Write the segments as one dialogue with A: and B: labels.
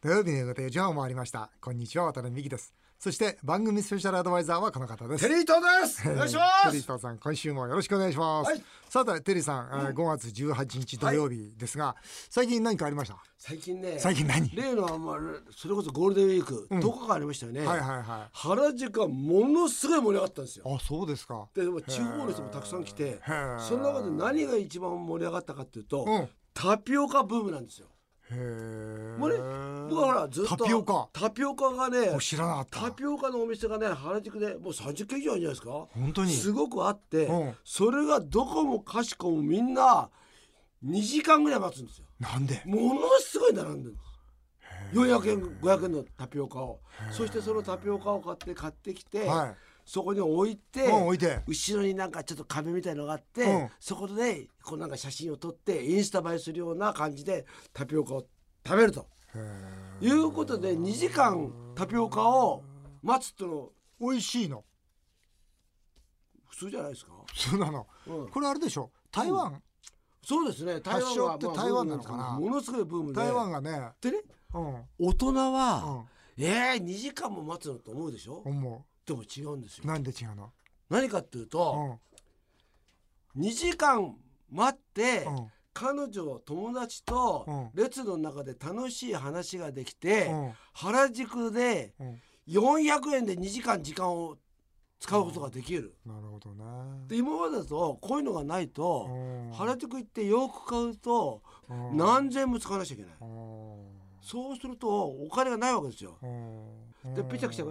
A: 土曜日の予定時半を回りましたこんにちは渡辺美希ですそして番組スペシャルアドバイザーはこの方です
B: テリートです。お願いしま
A: テリー
B: す。
A: 伊藤さん今週もよろしくお願いします、
B: はい
A: さてテリーさん、えー5月18日土曜日ですが、最近何かありました
B: 最近ね、
A: 最近何
B: 例のまあそれこそゴールデンウィーク10日間ありましたよね。
A: はいはいは
B: 原宿はものすごい盛り上がったんですよ。
A: いあそうですか
B: で、でも地方の人もたくさん来て
A: へ、ー
B: その中で何が一番盛り上がったかっていうと、
A: うん
B: タピオカブームなんですよ。
A: へえ
B: もうね、僕はほらずっと
A: タピオカ
B: タピオカがね、
A: お知らなか
B: タ
A: った
B: ピオカのお店がね原宿でもう30軒以上あるんじゃないですか
A: 本当に
B: すごくあって、
A: うん
B: それがどこもかしこもみんな2時間ぐらい待つんですよ
A: なんで
B: ものすごい並んでるんです400円500円のタピオカをそしてそのタピオカを買って買ってきて、
A: は
B: そこに置いて、
A: いもう置いて
B: 後ろになんかちょっと壁みたいのがあって、
A: うん
B: そこでねこうなんか写真を撮ってインスタ映えするような感じでタピオカを食べると
A: へ
B: い
A: ー
B: うことで2時間タピオカを待つっての
A: 美味しいの
B: 普通じゃないですか、
A: そうなの
B: うん
A: これあれでしょ台湾、
B: そうですね台湾は
A: 発祥って台湾なのかな
B: ものすごいブームで
A: 台湾がね
B: でね
A: うん
B: 大人は、
A: う
B: えー、2時間も待つのと思うでしょ
A: ん思
B: でも違うんです
A: う
B: よ
A: なんで違うの
B: 何かっていう
A: う
B: と、
A: ん
B: 2時間待って、
A: うん
B: 彼女友達
A: う
B: と
A: ん
B: 列の中で楽しい話ができて、
A: うん
B: 原宿で
A: うん
B: 400円で2時間時間を使うことができる、
A: なるほどね
B: で今までだとこういうのがないと、
A: うん
B: 原宿行って洋服買うと
A: うん
B: 何千円も使わなきゃいけない、
A: うん
B: そうするとお金がないわけですよ、
A: うん
B: でぺちゃくちゃ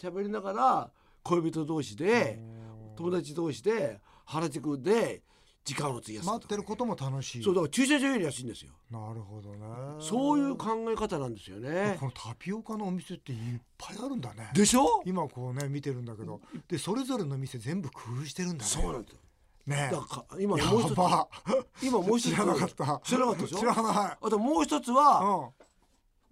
B: 喋りながら恋人同士で、
A: うん
B: 友達同士で原宿で時間を費やすとか
A: 待ってることも楽しい
B: そうだから駐車場より安いんですよ
A: なるほどね
B: そういう考え方なんですよね
A: このタピオカのお店っていっぱいあるんだね
B: でしょ
A: 今こうね見てるんだけどでそれぞれの店全部工夫してるんだね
B: そうなんですよ
A: ね
B: だから今もう
A: や
B: 一つ
A: ば
B: 今もう一つ
A: 知らなかった
B: 知らなかったでしょ
A: 知らない
B: あともう一つは
A: うん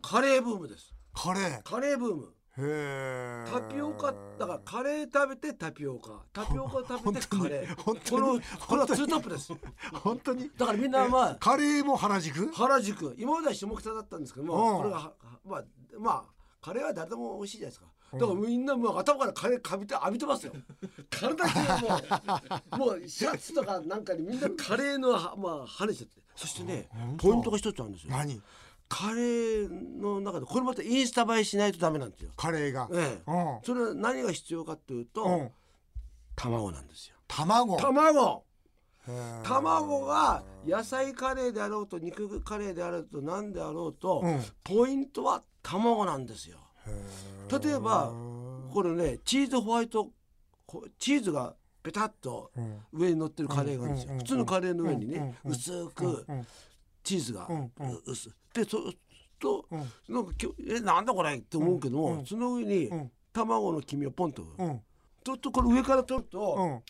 B: カレーブームです
A: カレー
B: カレーブーム
A: へえ
B: タピオカだからカレー食べてタピオカタピオカ食べてカレー
A: 本当
B: この
A: に
B: これは
A: 本
B: ツ
A: 当
B: ー
A: に
B: トップです
A: 本当に
B: だからみんなまあ
A: カレーも原宿
B: 原宿今までは下北だったんですけど
A: うん
B: もこれがはまあまあカレーは誰でも美味しいじゃないですかだからみんなもう頭からカレーかびて浴びてますよ 体中もうもうシャツとかなんかにみんなカレーのはまあ跳ねちゃってそしてね
A: 本当
B: ポイントが一つあるんですよ
A: 何
B: カレーの中でこれまたインスタ映えしないとダメなんですよ
A: カレーが
B: ええ
A: うん
B: それは何が必要かという
A: う
B: と
A: ん
B: 卵なんですよ
A: 卵
B: 卵
A: へー
B: 卵が野菜カレーであろうと肉カレーであろうと何であろうと、
A: うんへ
B: ポイントは卵なんですよ
A: ー
B: 例えばこれねチーズホワイトこチーズがペタッと
A: うん
B: 上に乗ってるカレーがあるんで
A: う
B: す
A: ん
B: よ
A: うんうん
B: 普通のカレーの上に
A: うん
B: ね
A: うんうん
B: 薄く
A: うん
B: チーズが
A: うんうん
B: う薄でそと
A: うん
B: なんかきょえなんだこれって思うけど
A: うんう
B: も
A: ん
B: その上に
A: うん
B: 卵の黄身をポンと
A: うん
B: ちょっとこれ上から取る
A: う
B: と
A: ん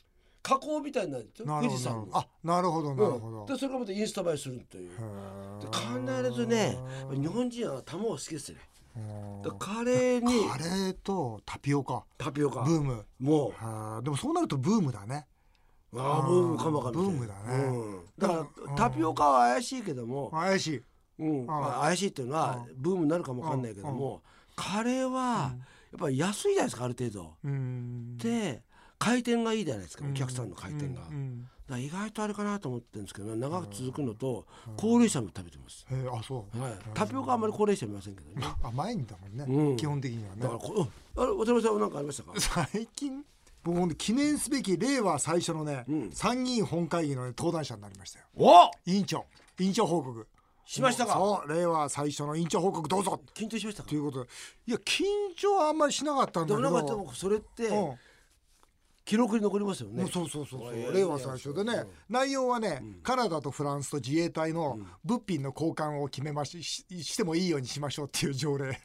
B: 加工みたいになるんですよ
A: な
B: 富
A: るほ
B: 士
A: どなるほ
B: 山の
A: どあなるほどなるほど
B: でそれがまたインスタ映えするというで必ずね日本人は卵好きですね
A: うん
B: だからカレーに
A: カレーとタピオカ
B: タピオカ
A: ブーム
B: もう
A: はあでもそうなるとブームだね
B: ああ
A: うん
B: ブームかもわかんない
A: ブームだね
B: うんだか
A: うん
B: らタピオカは怪しいけども、
A: 怪しい
B: うんまあ怪しいっていうのはブームになるかもわかんないけどもカレーはやっぱり安いじゃないですかある程度。
A: うん
B: で回転がいいじゃないですかお客さんの回転が。だ
A: うんう
B: か
A: ん
B: ら意外とあれかなと思ってるんですけど長く続くのと高齢者も食べてます。
A: へえあそう
B: はい、タピオカはあんまり高齢者いませんけどね。
A: あ甘いんだもんね、
B: うん
A: 基本的にはね
B: だからこあれ渡辺さんは何かありましたか
A: 最近僕ほんで記念すべき令和最初のね、
B: うん
A: 参議院本会議の、ね、登壇者になりましたよ
B: お
A: 委員長委員長報告
B: しましたか
A: そう令和最初の委員長報告どうぞ
B: 緊張しましたか
A: ということでいや緊張はあんまりしなかったん
B: で
A: だ
B: も
A: け
B: な
A: ど
B: んかでもそれって
A: うん
B: 記録に残りますよね。
A: もうそうそうそう
B: いや
A: そ
B: いや
A: う
B: いや
A: 令和最初でね
B: うん
A: 内容はね、カナダとフランスと自衛隊の物品の交換を決めましししてもいいようにしましょうっていう条例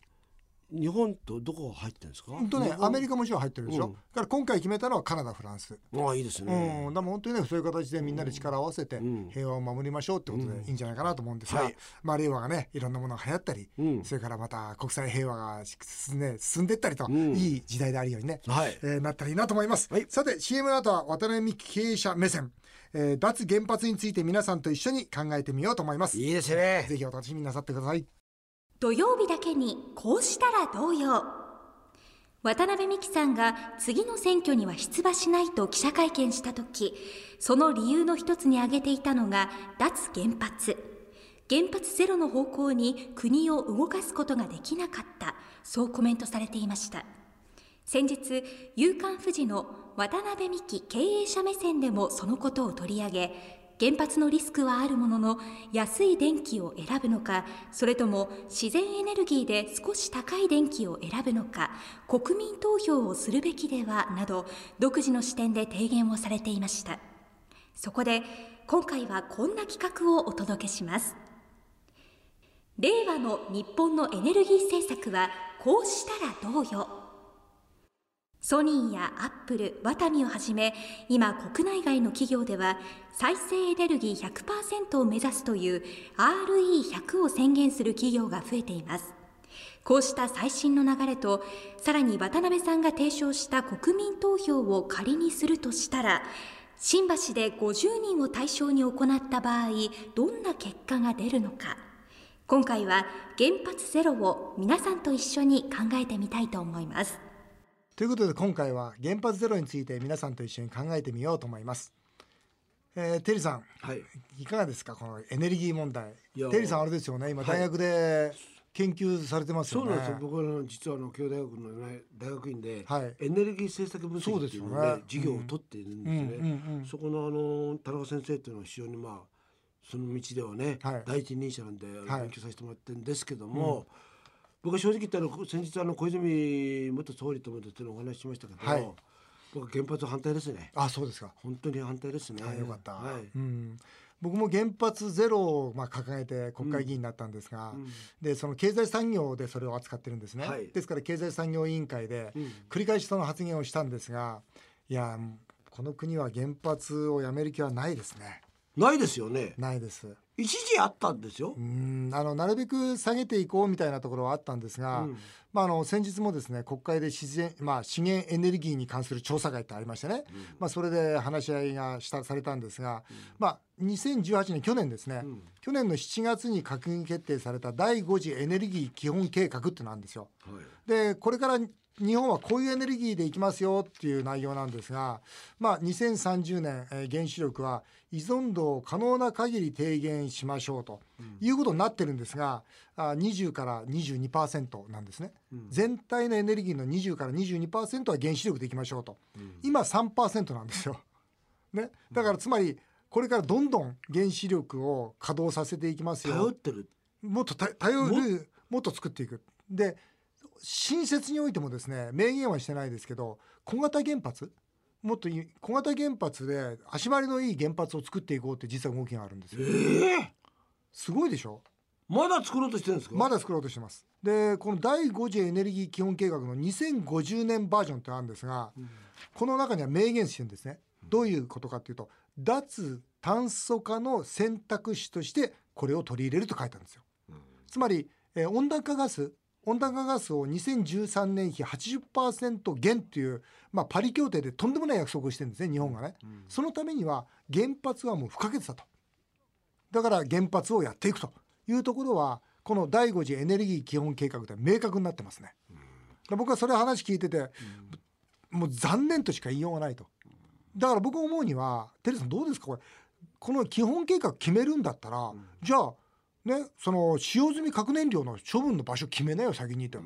B: 日本とどこが入ってるんですか。
A: 本当ねアメリカもちろん入ってるでしょ、
B: うん
A: だから今回決めたのはカナダフランス
B: カ。ああいいです
A: う
B: ね。
A: ん、でも本当にねそういう形でみんなで力を合わせて
B: うん
A: 平和を守りましょうってことでいいんじゃないかなと思うんですが、
B: はい
A: まあ令和がねいろんなものが流行ったり、
B: うん
A: それからまた国際平和が進,、ね、進んでったりと、
B: ん
A: いい時代であるようにね、
B: はい
A: えーなったらいいなと思います、
B: はい
A: さて CM の後は渡辺美樹経営者目線、えー脱原発について皆さんと一緒に考えてみようと思います
B: いいですね。
A: ぜひお楽しみになさってください
C: 土曜日だけにこうしたらどうよ渡辺美樹さんが次の選挙には出馬しないと記者会見した時その理由の一つに挙げていたのが脱原発原発ゼロの方向に国を動かすことができなかったそうコメントされていました先日「夕刊富士」の渡辺美樹経営者目線でもそのことを取り上げ原発のリスクはあるものの安い電気を選ぶのかそれとも自然エネルギーで少し高い電気を選ぶのか国民投票をするべきではなど独自の視点で提言をされていましたそこで今回はこんな企画をお届けします令和の日本のエネルギー政策はこうしたらどうよソニーやアップル、ワタミをはじめ今国内外の企業では再生エネルギー100%を目指すという RE100 を宣言する企業が増えていますこうした最新の流れとさらに渡辺さんが提唱した国民投票を仮にするとしたら新橋で50人を対象に行った場合どんな結果が出るのか今回は原発ゼロを皆さんと一緒に考えてみたいと思います
A: ということで今回は原発ゼロについて皆さんと一緒に考えてみようと思います。えー、テリーさん
B: はい
A: いかがですかこのエネルギー問題
B: いや
A: テリーさんあれですよね今
B: はい
A: 大学で研究されてます
B: そ
A: よ
B: う
A: ね、
B: なんですよ僕はあの実はあの慶応大学の、ね、大学院で、
A: はい
B: エネルギー政策分析っていう
A: そ
B: の
A: うですよ
B: で、
A: ね
B: 授業を取っているんですよね、
A: うんうんうん
B: そこのあの田中先生っていうのは非常にまあその道ではね、
A: はい
B: 第一人者なんで
A: はい
B: 勉強させてもらってるんですけども、僕は正直言ってあの先日あの小泉元総理ともとってのお話ししましたけども、
A: はい
B: 僕は原発反対ですね
A: あそうですか
B: 本当に反対ですね。
A: あよかった、
B: はい
A: うん、僕も原発ゼロをまあ掲げて国会議員になったんですが、
B: うん
A: でその経済産業でそれを扱ってるんですね、
B: はい
A: ですから経済産業委員会で
B: うん
A: 繰り返しその発言をしたんですがいやこの国は原発をやめる気はないですね
B: ないですよね
A: ないです
B: 一時あったんですよ
A: う、んあのなるべく下げていこうみたいなところはあったんですが、
B: うん
A: まあ、あの先日もですね国会で自然、まあ、資源エネルギーに関する調査会ってありましてね、まあ、それで話し合いがしたされたんですが、まあ、2018年去年ですね、
B: うん
A: 去年の7月に閣議決定された第5次エネルギー基本計画ってなんですよ。
B: はい
A: でこれから日本はこういうエネルギーでいきますよっていう内容なんですが、まあ、2030年、えー原子力は依存度を可能な限り低減しましょうということになってるんですが、あ20から22%なんですね、全体のエネルギーの20から22%は原子力でいきましょうと、今3%なんですよ。 ね、だからつまりこれからどんどん原子力を稼働させていきますよ
B: 頼ってる
A: もっとた頼るもっと作っていくで新設においてもですね明言はしてないですけど小型原発もっといい小型原発で足回りのいい原発を作っていこうって実は動きがあるんです
B: え
A: よ
B: え
A: すごいでしょ
B: まだ作ろうとしてるんですか
A: まだ作ろうとしてますでこの第5次エネルギー基本計画の2050年バージョンってあるんですが、この中には明言してるんですねどういうことかっていうと脱炭素化の選択肢としてこれを取り入れると書いたんですよつまり、えー温暖化ガス温暖化ガスを2013年比80%減という、まあ、パリ協定でとんでもない約束をしてるんですね日本がね、そのためには原発はもう不可欠だとだから原発をやっていくというところはこの第5次エネルギー基本計画では明確になってますね、僕はそれ話聞いてて、もう残念としか言いようがないとだから僕思うにはテリーさんどうですかこれこの基本計画決めるんだったら、じゃあねその使用済み核燃料の処分の場所決めなよ先にって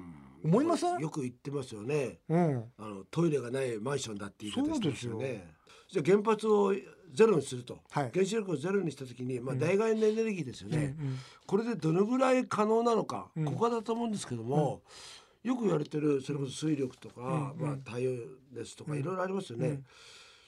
A: 思いません
B: よく言ってますよね
A: うん
B: あのトイレがないマンションだって言い方してますよ
A: そうです
B: ねじゃあ原発をゼロにすると、
A: はい
B: 原子力をゼロにした時に、まあ、代替エネルギーですよね、
A: うんうん
B: これでどのぐらい可能なのか、
A: ん
B: ここだと思うんですけども、よく言われてるそれこそ水力とか、
A: うんうん
B: まあ、太陽ですとか、いろいろありますよね、
A: うん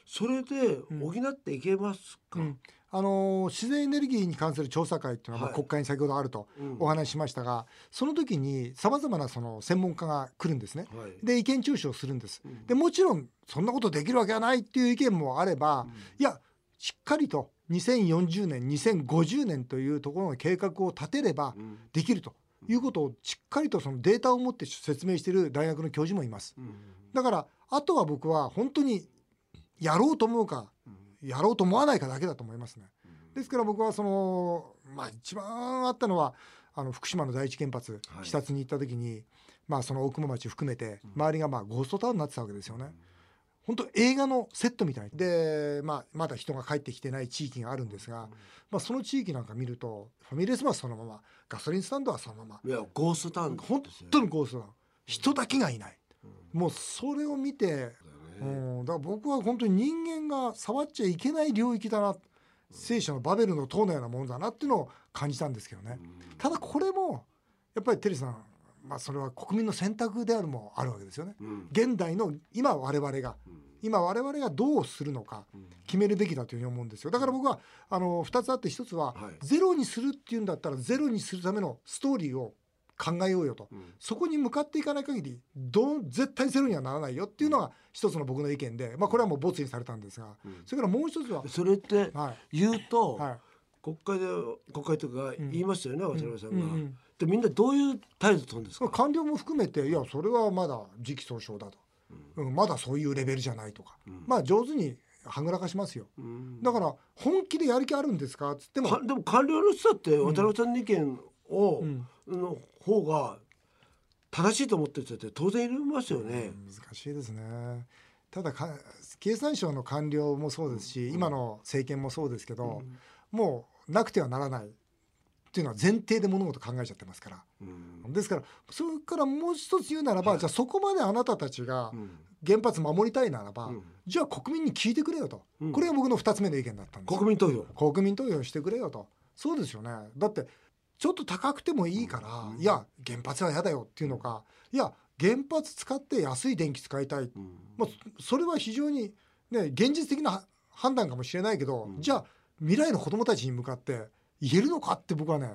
B: それで補っていけますか、
A: うんあのー自然エネルギーに関する調査会っていうのはまあ
B: はい
A: 国会に先ほどあると
B: うん
A: お話ししましたが、その時にさまざまなその専門家が来るんですね。
B: はい
A: で意見聴取をするんです。
B: ん
A: でもちろんそんなことできるわけがないっていう意見もあれば、いやしっかりと2040年2050年というところの計画を立てれば
B: うん
A: できるということをしっかりとそのデータを持って説明している大学の教授もいます。
B: うん
A: だからあとは僕は本当にやろうと思うかやろうと思わないかだけだと思いますね。ですから僕はそのまあ一番あったのはあの福島の第一原発
B: はい
A: 視察に行った時に、まあその大熊町含めて周りがまあゴーストタウンになってたわけですよね。本当映画のセットみたいで、まあ、まだ人が帰ってきてない地域があるんですが、まあ、その地域なんか見るとファミレスはそのままガソリンスタンドはそのまま
B: いやゴーストタウン
A: 本当にゴーストだ人だけがいない、もうそれを見て、うん、だから僕は本当に人間が触っちゃいけない領域だな、聖書のバベルの塔のようなものだなっていうのを感じたんですけどね、ただこれもやっぱりテリーさん、まあ、それは国民の選択であるもあるわけですよね。
B: うん
A: 現代の今我々が今我々がどうするのか決めるべきだというふうに思うんですよだから僕はあの2つあって1つは
B: はい
A: ゼロにするっていうんだったらゼロにするためのストーリーを考えようよと
B: ん
A: そこに向かっていかない限りどう絶対ゼロにはならないよっていうのが一つの僕の意見でまあこれはもう没にされたんですがそれからもう一つは
B: それって
A: はい
B: 言うと、
A: はい
B: 国会で国会とかが言いましたよね、渡辺さんが、
A: うんうん
B: でみんなどういう態度とるんです
A: その
B: か
A: 官僚も含めていやそれはまだ時期尚早だと、うん、まだそういうレベルじゃないとかまあ上手にはぐらかしますよ。
B: うん
A: だから本気でやる気あるんですかっつっても
B: かでも官僚の人だって渡辺さんの意見を、
A: うん
B: の方が正しいと思ってる人って当然いますよね。
A: 難しいですねただか経産省の官僚もそうですし、今の政権もそうですけど、もうなくてはならないっていうのは前提で物事考えちゃってますから
B: うん
A: ですからそれからもう一つ言うならば、じゃあそこまであなたたちが原発守りたいならば、
B: うん
A: じゃあ国民に聞いてくれよと、
B: うん
A: これが僕の2つ目の意見だったんですよ
B: 国民投票。
A: 国民投票してくれよとそうですよねだってちょっと高くてもいいから、いや原発は嫌だよっていうのかいや原発使って安い電気使いたい、まあ、そそれは非常に、ね、現実的なは判断かもしれないけど、じゃあ未来の子どもたちに向かって言えるのかって僕はね、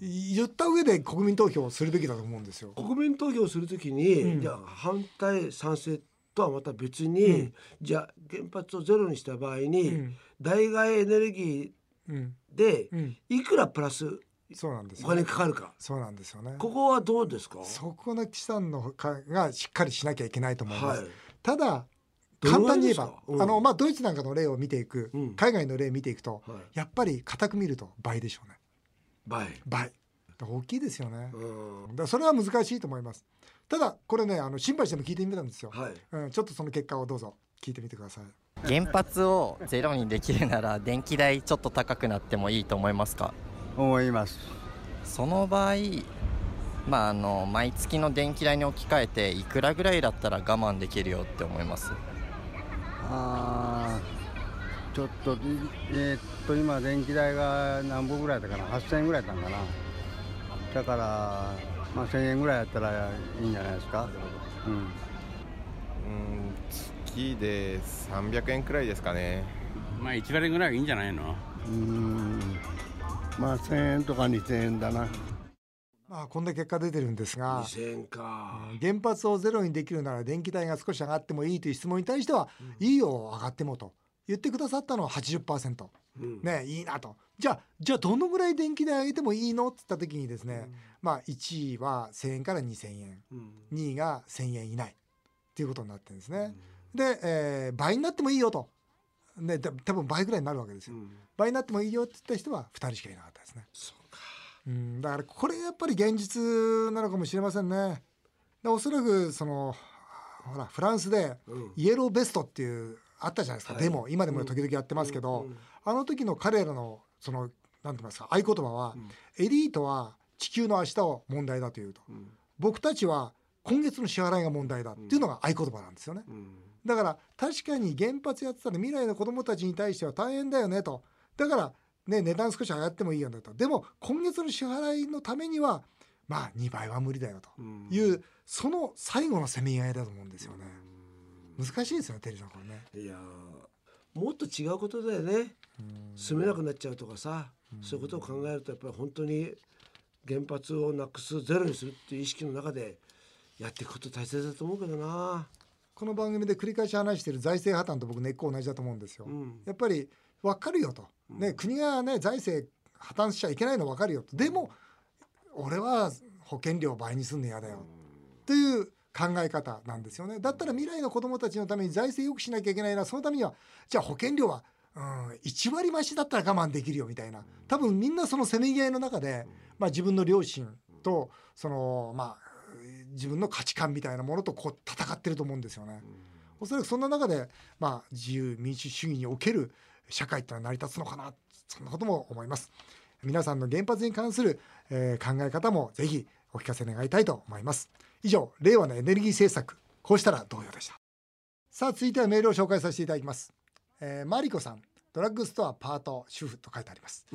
A: い言った上で国民投票をするべきだと思うんですよ。
B: 国民投票するときに、
A: うん
B: じゃあ反対賛成とはまた別に、
A: うん
B: じゃあ原発をゼロにした場合に、
A: うん
B: 代替エネルギ
A: うん
B: ーで
A: うん、
B: いくらプラス
A: そうなんです
B: お
A: よ
B: 金かかるか、
A: そうなんですよね
B: ここはどうですか
A: そこの資産のかがしっかりしなきゃいけないと思いま
B: は
A: す。
B: い、
A: ただ
B: どの
A: 簡単
B: ぐらい
A: に
B: で
A: 言え
B: すか
A: ば、
B: うん
A: あのまあ、ドイツなんかの例を見ていく、
B: うん
A: 海外の例を見ていくと、
B: はい
A: やっぱり固く見ると倍でしょうね
B: 倍、
A: 倍大きいですよね、
B: うん
A: だからそれは難しいと思いますただこれねあの心配しても聞いてみたんですよ、
B: はい
A: うん、ちょっとその結果をどうぞ聞いてみてください
D: 原発をゼロにできるなら電気代ちょっと高くなってもいいと思いますか
E: 思います
D: その場合まああの毎月の電気代に置き換えていくらぐらいだったら我慢できるよって思います
E: あーちょっとえーっと今電気代が何本ぐらいだったかな8000円ぐらいだったのかなだから、まあ、1000円ぐらいやったらいいんじゃないですかうん
F: うん月で300円くらいですかね
G: まあ1割ぐらいはいいんじゃないの
E: うんまあ1000円とか2000円だな
A: まあこんな結果出てるんですが
B: 2000円か、
A: 原発をゼロにできるなら電気代が少し上がってもいいという質問に対しては、いいよ上がってもと言ってくださったのは80%、
B: うん
A: ねいいなとじゃあじゃあどのぐらい電気代上げてもいいのって言った時にですね、まあ1位は1000円から2000円
B: うん
A: 2位が1000円以内っていうことになってるんですね。で、えー倍になってもいいよと。ね、た多分倍ぐらいになるわけですよ。倍になってもいいよって言った人は2人しかいなかったですね。うん、だからこれやっぱり現実なのかもしれませんね。でおそらくそのほらフランスでイエローベストっていうあったじゃないですか、デモ今でも時々やってますけど、あの時の彼らのそのなんて言いますか合言葉は、エリートは地球の明日を問題だというと、僕たちは今月の支払いが問題だっていうのが合言葉なんですよね。だから確かに原発やってたら未来の子どもたちに対しては大変だよねとだから、ね、値段少し上がってもいいよねとでも今月の支払いのためにはまあ2倍は無理だよという、その最後のせめぎ合いだと思うんですよね。難しいですよねテリーさんこれね。
B: いやーもっと違うことだよね住めなくなっちゃうとかさそういうことを考えるとやっぱり本当に原発をなくすゼロにするっていう意識の中でやっていくこと大切だと思うけどな
A: この番組で繰り返し話している財政破綻と僕根っこ同じだと思うんですよ。やっぱり分かるよと、ね、国が、ね、財政破綻しちゃいけないの分かるよとでも俺は保険料倍にすんの嫌だよという考え方なんですよねだったら未来の子どもたちのために財政良くしなきゃいけないなそのためにはじゃあ保険料はうん、1割増しだったら我慢できるよみたいな多分みんなそのせめぎ合いの中で、まあ、自分の両親とそのまあ自分の価値観みたいなものとこう戦ってると思うんですよね。おそらくそんな中で、まあ、自由民主主義における社会ってのは成り立つのかなそんなことも思います。皆さんの原発に関する、えー考え方もぜひお聞かせ願いたいと思います。以上、令和のエネルギー政策、こうしたら同様でした。さあ、続いてはメールを紹介させていただきます。えー、マリコさん、ドラッグストアパート主婦と書いてあります。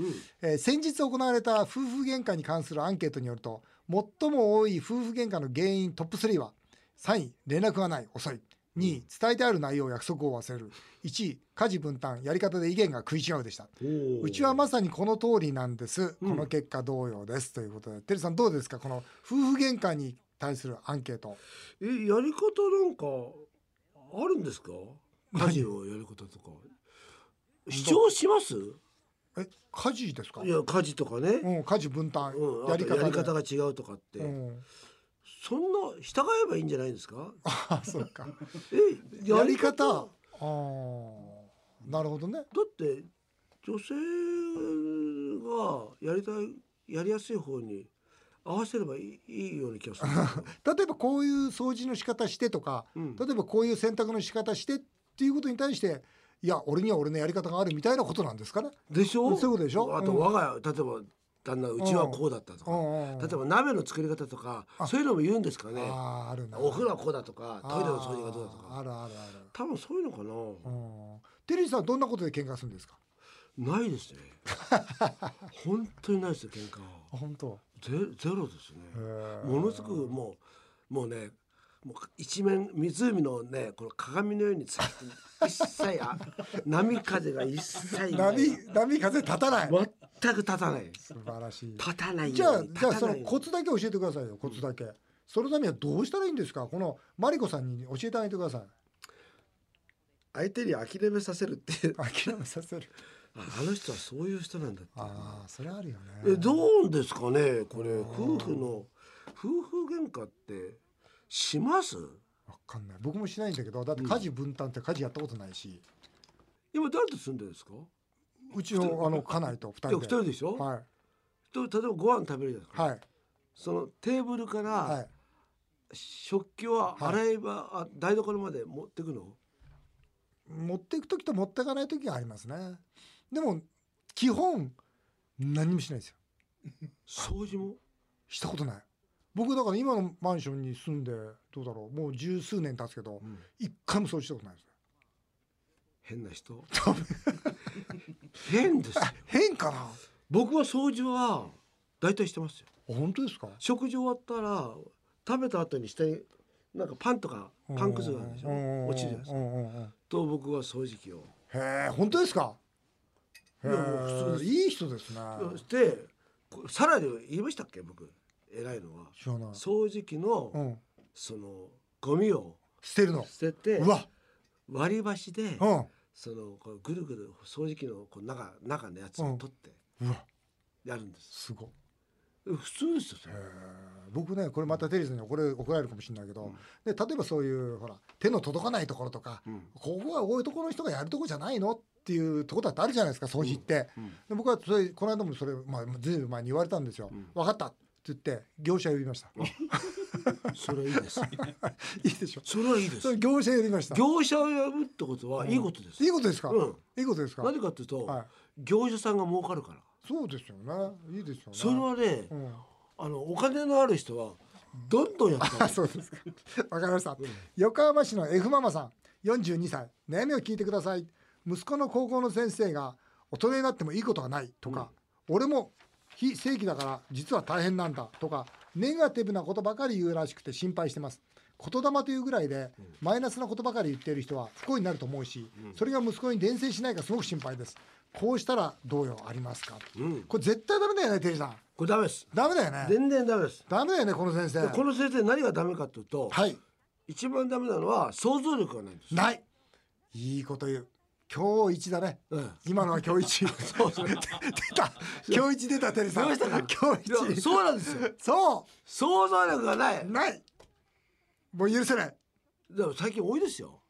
A: えー先日行われた夫婦喧嘩に関するアンケートによると最も多い夫婦喧嘩の原因トップ3は3位連絡がない遅い2位伝えてある内容約束を忘れる1位家事分担やり方で意見が食い違うでしたうちはまさにこの通りなんです、この結果同様ですということでテリーさんどうですかこの夫婦喧嘩に対するアンケート
B: えやり方なんかあるんですか家事のやり方とか主張します
A: え家事ですか
B: いや家事とかね、
A: うん、家事分担、
B: うん、
A: や
B: や
A: り
B: り
A: 方
B: 方
A: で
B: やり方が違うとかって、
A: うん、
B: そんな従えばいいんじゃないんですか
A: あそうか
B: え
A: やり方
B: だ
A: ああなるほどね
B: って女性がやりたいやりやすい方に合わせればいいいいような気がするんですけど
A: 例えばこういう掃除の仕方してとか、
B: うん
A: 例えばこういう洗濯の仕方してっていうことに対していや俺には俺のやり方があるみたいなことなん ですかね。
B: でし
A: そうい
B: ょ
A: うことでしょ
B: あ
A: う
B: と
A: ん
B: 我が家例えば旦那うちはこうだったとか、
A: うんうん
B: 例えば鍋の作り方とか
A: あ
B: そういうのも言うんですかね
A: あーあるな
B: お風呂はこうだとか
A: あー
B: トイレの掃除がどうだと
A: あ
B: か
A: るある
B: 多分そういうのか
A: ある、う、
B: なん
A: テリーさんはどんなことで喧嘩するんですか
B: ない ですね本当にないですよ喧嘩は
A: 本当
B: ゼゼロですね
A: ー
B: ものすごくもうもうねもう一面湖のねこの鏡のようにつ一 切あ波風が一切ない
A: 波波風立たない
B: 全く立たないです
A: 素晴らしい
B: 立たない
A: じゃ
B: よう
A: あ
B: に
A: じゃあ
B: 立
A: そ
B: た
A: の
B: ないように
A: コツだけ教えてくださいよコツだけ、そのためにはどうしたらいいんですかこのマリコさんに教えてあげてください
B: 相手に諦めさせるっていう
A: 諦めさせ る
B: ああの人はそういう人なんだっていう
A: ああそれあるよね
B: えどうですかねこれ夫婦の夫婦喧嘩ってします
A: わかんない僕もしないんだけどだって家事分担って家事やったことないし、
B: 今誰と住んでるんですか
A: うちのあの家内と二
B: 今
A: 人
B: 日
A: で
B: 二人でしょ、
A: はい
B: と例えばご飯食べるじゃないですか、
A: はい
B: そのテーブルから、
A: はい
B: 食器は洗えば、あ台所まで持ってくの
A: 持っていく時と持っていかない時がありますねでも基本何もしないですよ
B: 掃除も
A: したことない僕だから今のマンションに住んでどうだろうもう十数年経つけど一、回も掃除したことないです
B: 変 な人変ですよ
A: 変かな
B: 僕は掃除は大体してますよ
A: 本当ですか
B: 食事終わったら食べた後に下になんかパンとかパンくずがあるでし
A: うん
B: ょ落ちるじゃないですか
A: うんうんうん
B: と僕は掃除機を
A: へえ本当ですかへ
B: いやも
A: え
B: う普通です
A: いい人ですね
B: してこさらに言いましたっけ僕偉いのは
A: 知らない、
B: 掃除機
A: う
B: の
A: ん、
B: そのゴミを
A: 捨てるの
B: 捨てて
A: うわ
B: 割り箸で
A: うん
B: そのこうぐるぐる掃除機のこう中中のやつ
A: う
B: を
A: ん
B: 取って
A: うわ
B: やるんです、
A: すごい
B: 普通ですよそれ
A: 僕ねこれまたテリーさんに怒れ怒られるかもしれないけど、で例えばそういうほら手の届かないところとか、ここはこういうところの人がやるとこじゃないのっていうところだってあるじゃないですか掃除って、で僕はそれこの間もそれ、まあ、ずいぶん前に言われたんですよ、分かったって言って業者呼びました
B: それいいです
A: いいでしょ
B: それはいいで
A: そ
B: す
A: れ業者呼びました
B: 業者を呼ぶってことはいいことです、
A: いいことですか、
B: うん
A: いいことですか
B: なぜかっていうと、
A: はい
B: 業者さんが儲かるから
A: そうですよねいいですよね
B: それはね、
A: うん
B: あのお金のある人はどんどんやった方がいい
A: そうですか。わかりました。横浜市の F ママさん、42歳、悩みを聞いてください。息子の高校の先生が大人になってもいいことはないとか、俺も非正規だから実は大変なんだとか、ネガティブなことばかり言うらしくて心配してます。言霊というぐらいで、マイナスなことばかり言っている人は不幸になると思うし、それが息子に伝染しないかすごく心配です。こうしたらどうよありますか、これ絶対ダメだよね、テリーさん。
B: これダメです
A: ダメだよね。
B: 全然ダメです
A: ダメだよね、この先生
B: で。この先生何がダメかっていうと、
A: はい。
B: 一番ダメなのは想像力がないんです、
A: ないいいこと言う今日一だね、
B: うん
A: 今のは今 日一そうそう出た今日一出たテレさん
B: 出ましたか
A: 今日
B: いや
A: 一
B: そうなんですよ
A: そ
B: 想像力がないう
A: ないもう許せない
B: でも最近多いですよ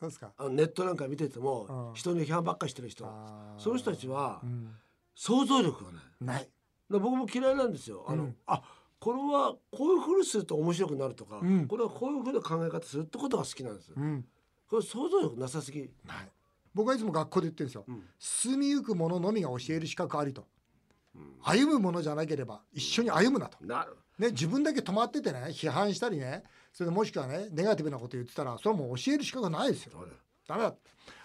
A: そうですか。
B: あのネットなんか見てて
A: う
B: も
A: ん
B: 人に批判ばっかりしてる人
A: あー
B: その人たちは
A: うん
B: 想像力がないだか
A: ない。
B: ら僕も嫌いなんですよあの、
A: うん
B: あこれはこういうふうにすると面白くなるとか、
A: うん
B: これはこういうふうな考え方するってことが好きなんですよ、
A: うん。
B: これ想像力なさすぎ
A: ない。僕はいつも学校で言ってるんですよ。
B: うん
A: 住みゆく者のみが教える資格ありと。歩むものじゃなければ一緒に歩むなと。
B: なる
A: ね、自分だけ止まっててね、批判したりね、それでもしくはね、ネガティブなこと言ってたら、それはもう教える資格がないですよ。
B: ほど
A: ダメだ。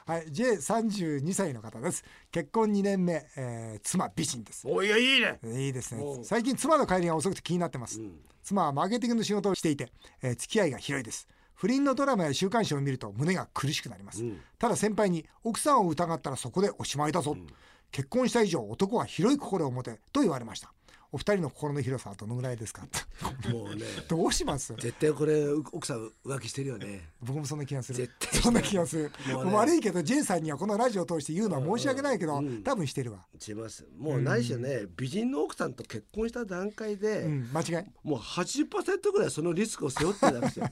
A: はい、J32 歳の方です。結婚2年目、えー妻美人です。
B: おいやいいね、
A: いいですね
B: お。う
A: 最近妻の帰りが遅くて気になってます。
B: うん
A: 妻はマーケティングの仕事をしていて、えー付き合いが広いです。不倫のドラマや週刊誌を見ると胸が苦しくなります。
B: うん
A: ただ先輩に奥さんを疑ったらそこでおしまいだぞ。結婚した以上男は広い心を持てと言われました。お二人の心の広さはどのぐらいですか
B: もうね
A: どうします
B: 絶対これう奥さん浮気してるよね
A: 僕もそんな気がする
B: 絶。対
A: そんな気がする。
B: もうね
A: 悪いけど、ジェイさんにはこのラジオを通して言うのは申し訳ないけど、
B: うん
A: 多分してるわ。
B: 違いますもうないしよね、美人の奥さんと結婚した段階で、
A: うん、間違い。
B: もう80%ぐらいそのリスクを背負ってるんで すよ。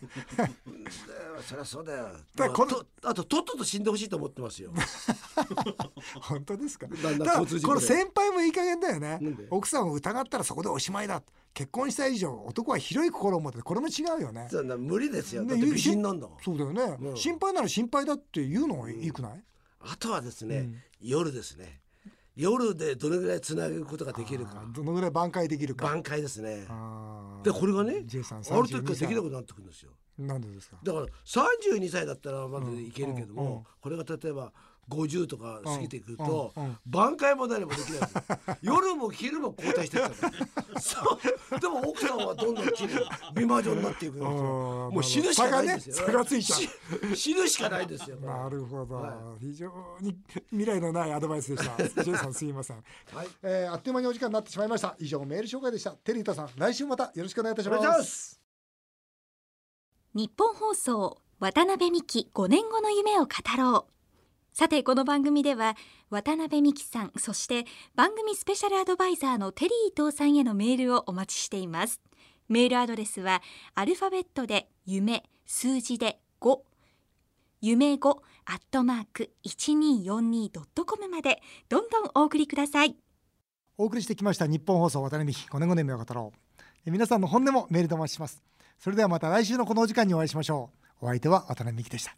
B: そりゃそうだよ。
A: だからこの
B: まあとあととっとと死んでほしいと思って ますよ。
A: 本当ですか。
B: だんだん
A: ただ
B: 交通事故
A: この
B: で
A: 先輩もいい加減だよね
B: なんで。
A: 奥さんを疑ったらそこでおしまいだ。結婚した以上男は広い心を持っててこれも違うよね。
B: そんな無理ですよ。
A: ね
B: だって美人なんだもん。
A: そうだよね、
B: うん
A: 心配なら心配だって言うのがいいくない、
B: あとはですね、夜ですね。夜でどれぐらいつなげることができるか。
A: どのぐらい挽回できるか。
B: 挽回ですね。
A: あー
B: でこれがね、
A: J さん
B: ある時からできな
A: 32
B: くなってくるんですよ。
A: 歳なんでですか。
B: だから32歳だったらまずいけるけども、
A: うんうん
B: これが例えば50とか過ぎてくると、
A: うんうん
B: 挽回も何もできないですよ夜も昼も交代してっちゃ うそうでも奥さんはどんどん切る美魔女になっていくんですよ
A: うん
B: もう死ぬしかないですよ
A: 差がね差がついちゃう
B: し死ぬしかないですよ
A: なるほど、
B: は
A: 非常に 未来のないアドバイスで した。J さんすみません、
B: はい
A: えーあっという間にお時間になってしまいました。以上メール紹介でした。テリータさん、来週またよろしくお願いいたしま
B: お願いします
C: 日本放送渡辺美希5年後の夢を語ろうさてこの番組では渡辺美希さんそして番組スペシャルアドバイザーのテリー伊藤さんへのメールをお待ちしていますメールアドレスはアルファベットで夢数字で5夢5アットマーク 1242.com までどんどんお送りください
A: お送りしてきました日本放送渡辺美希5年5年目を語ろうえ皆さんの本音もメールでお待ちしますそれではまた来週のこのお時間にお会いしましょうお相手は渡辺美希でした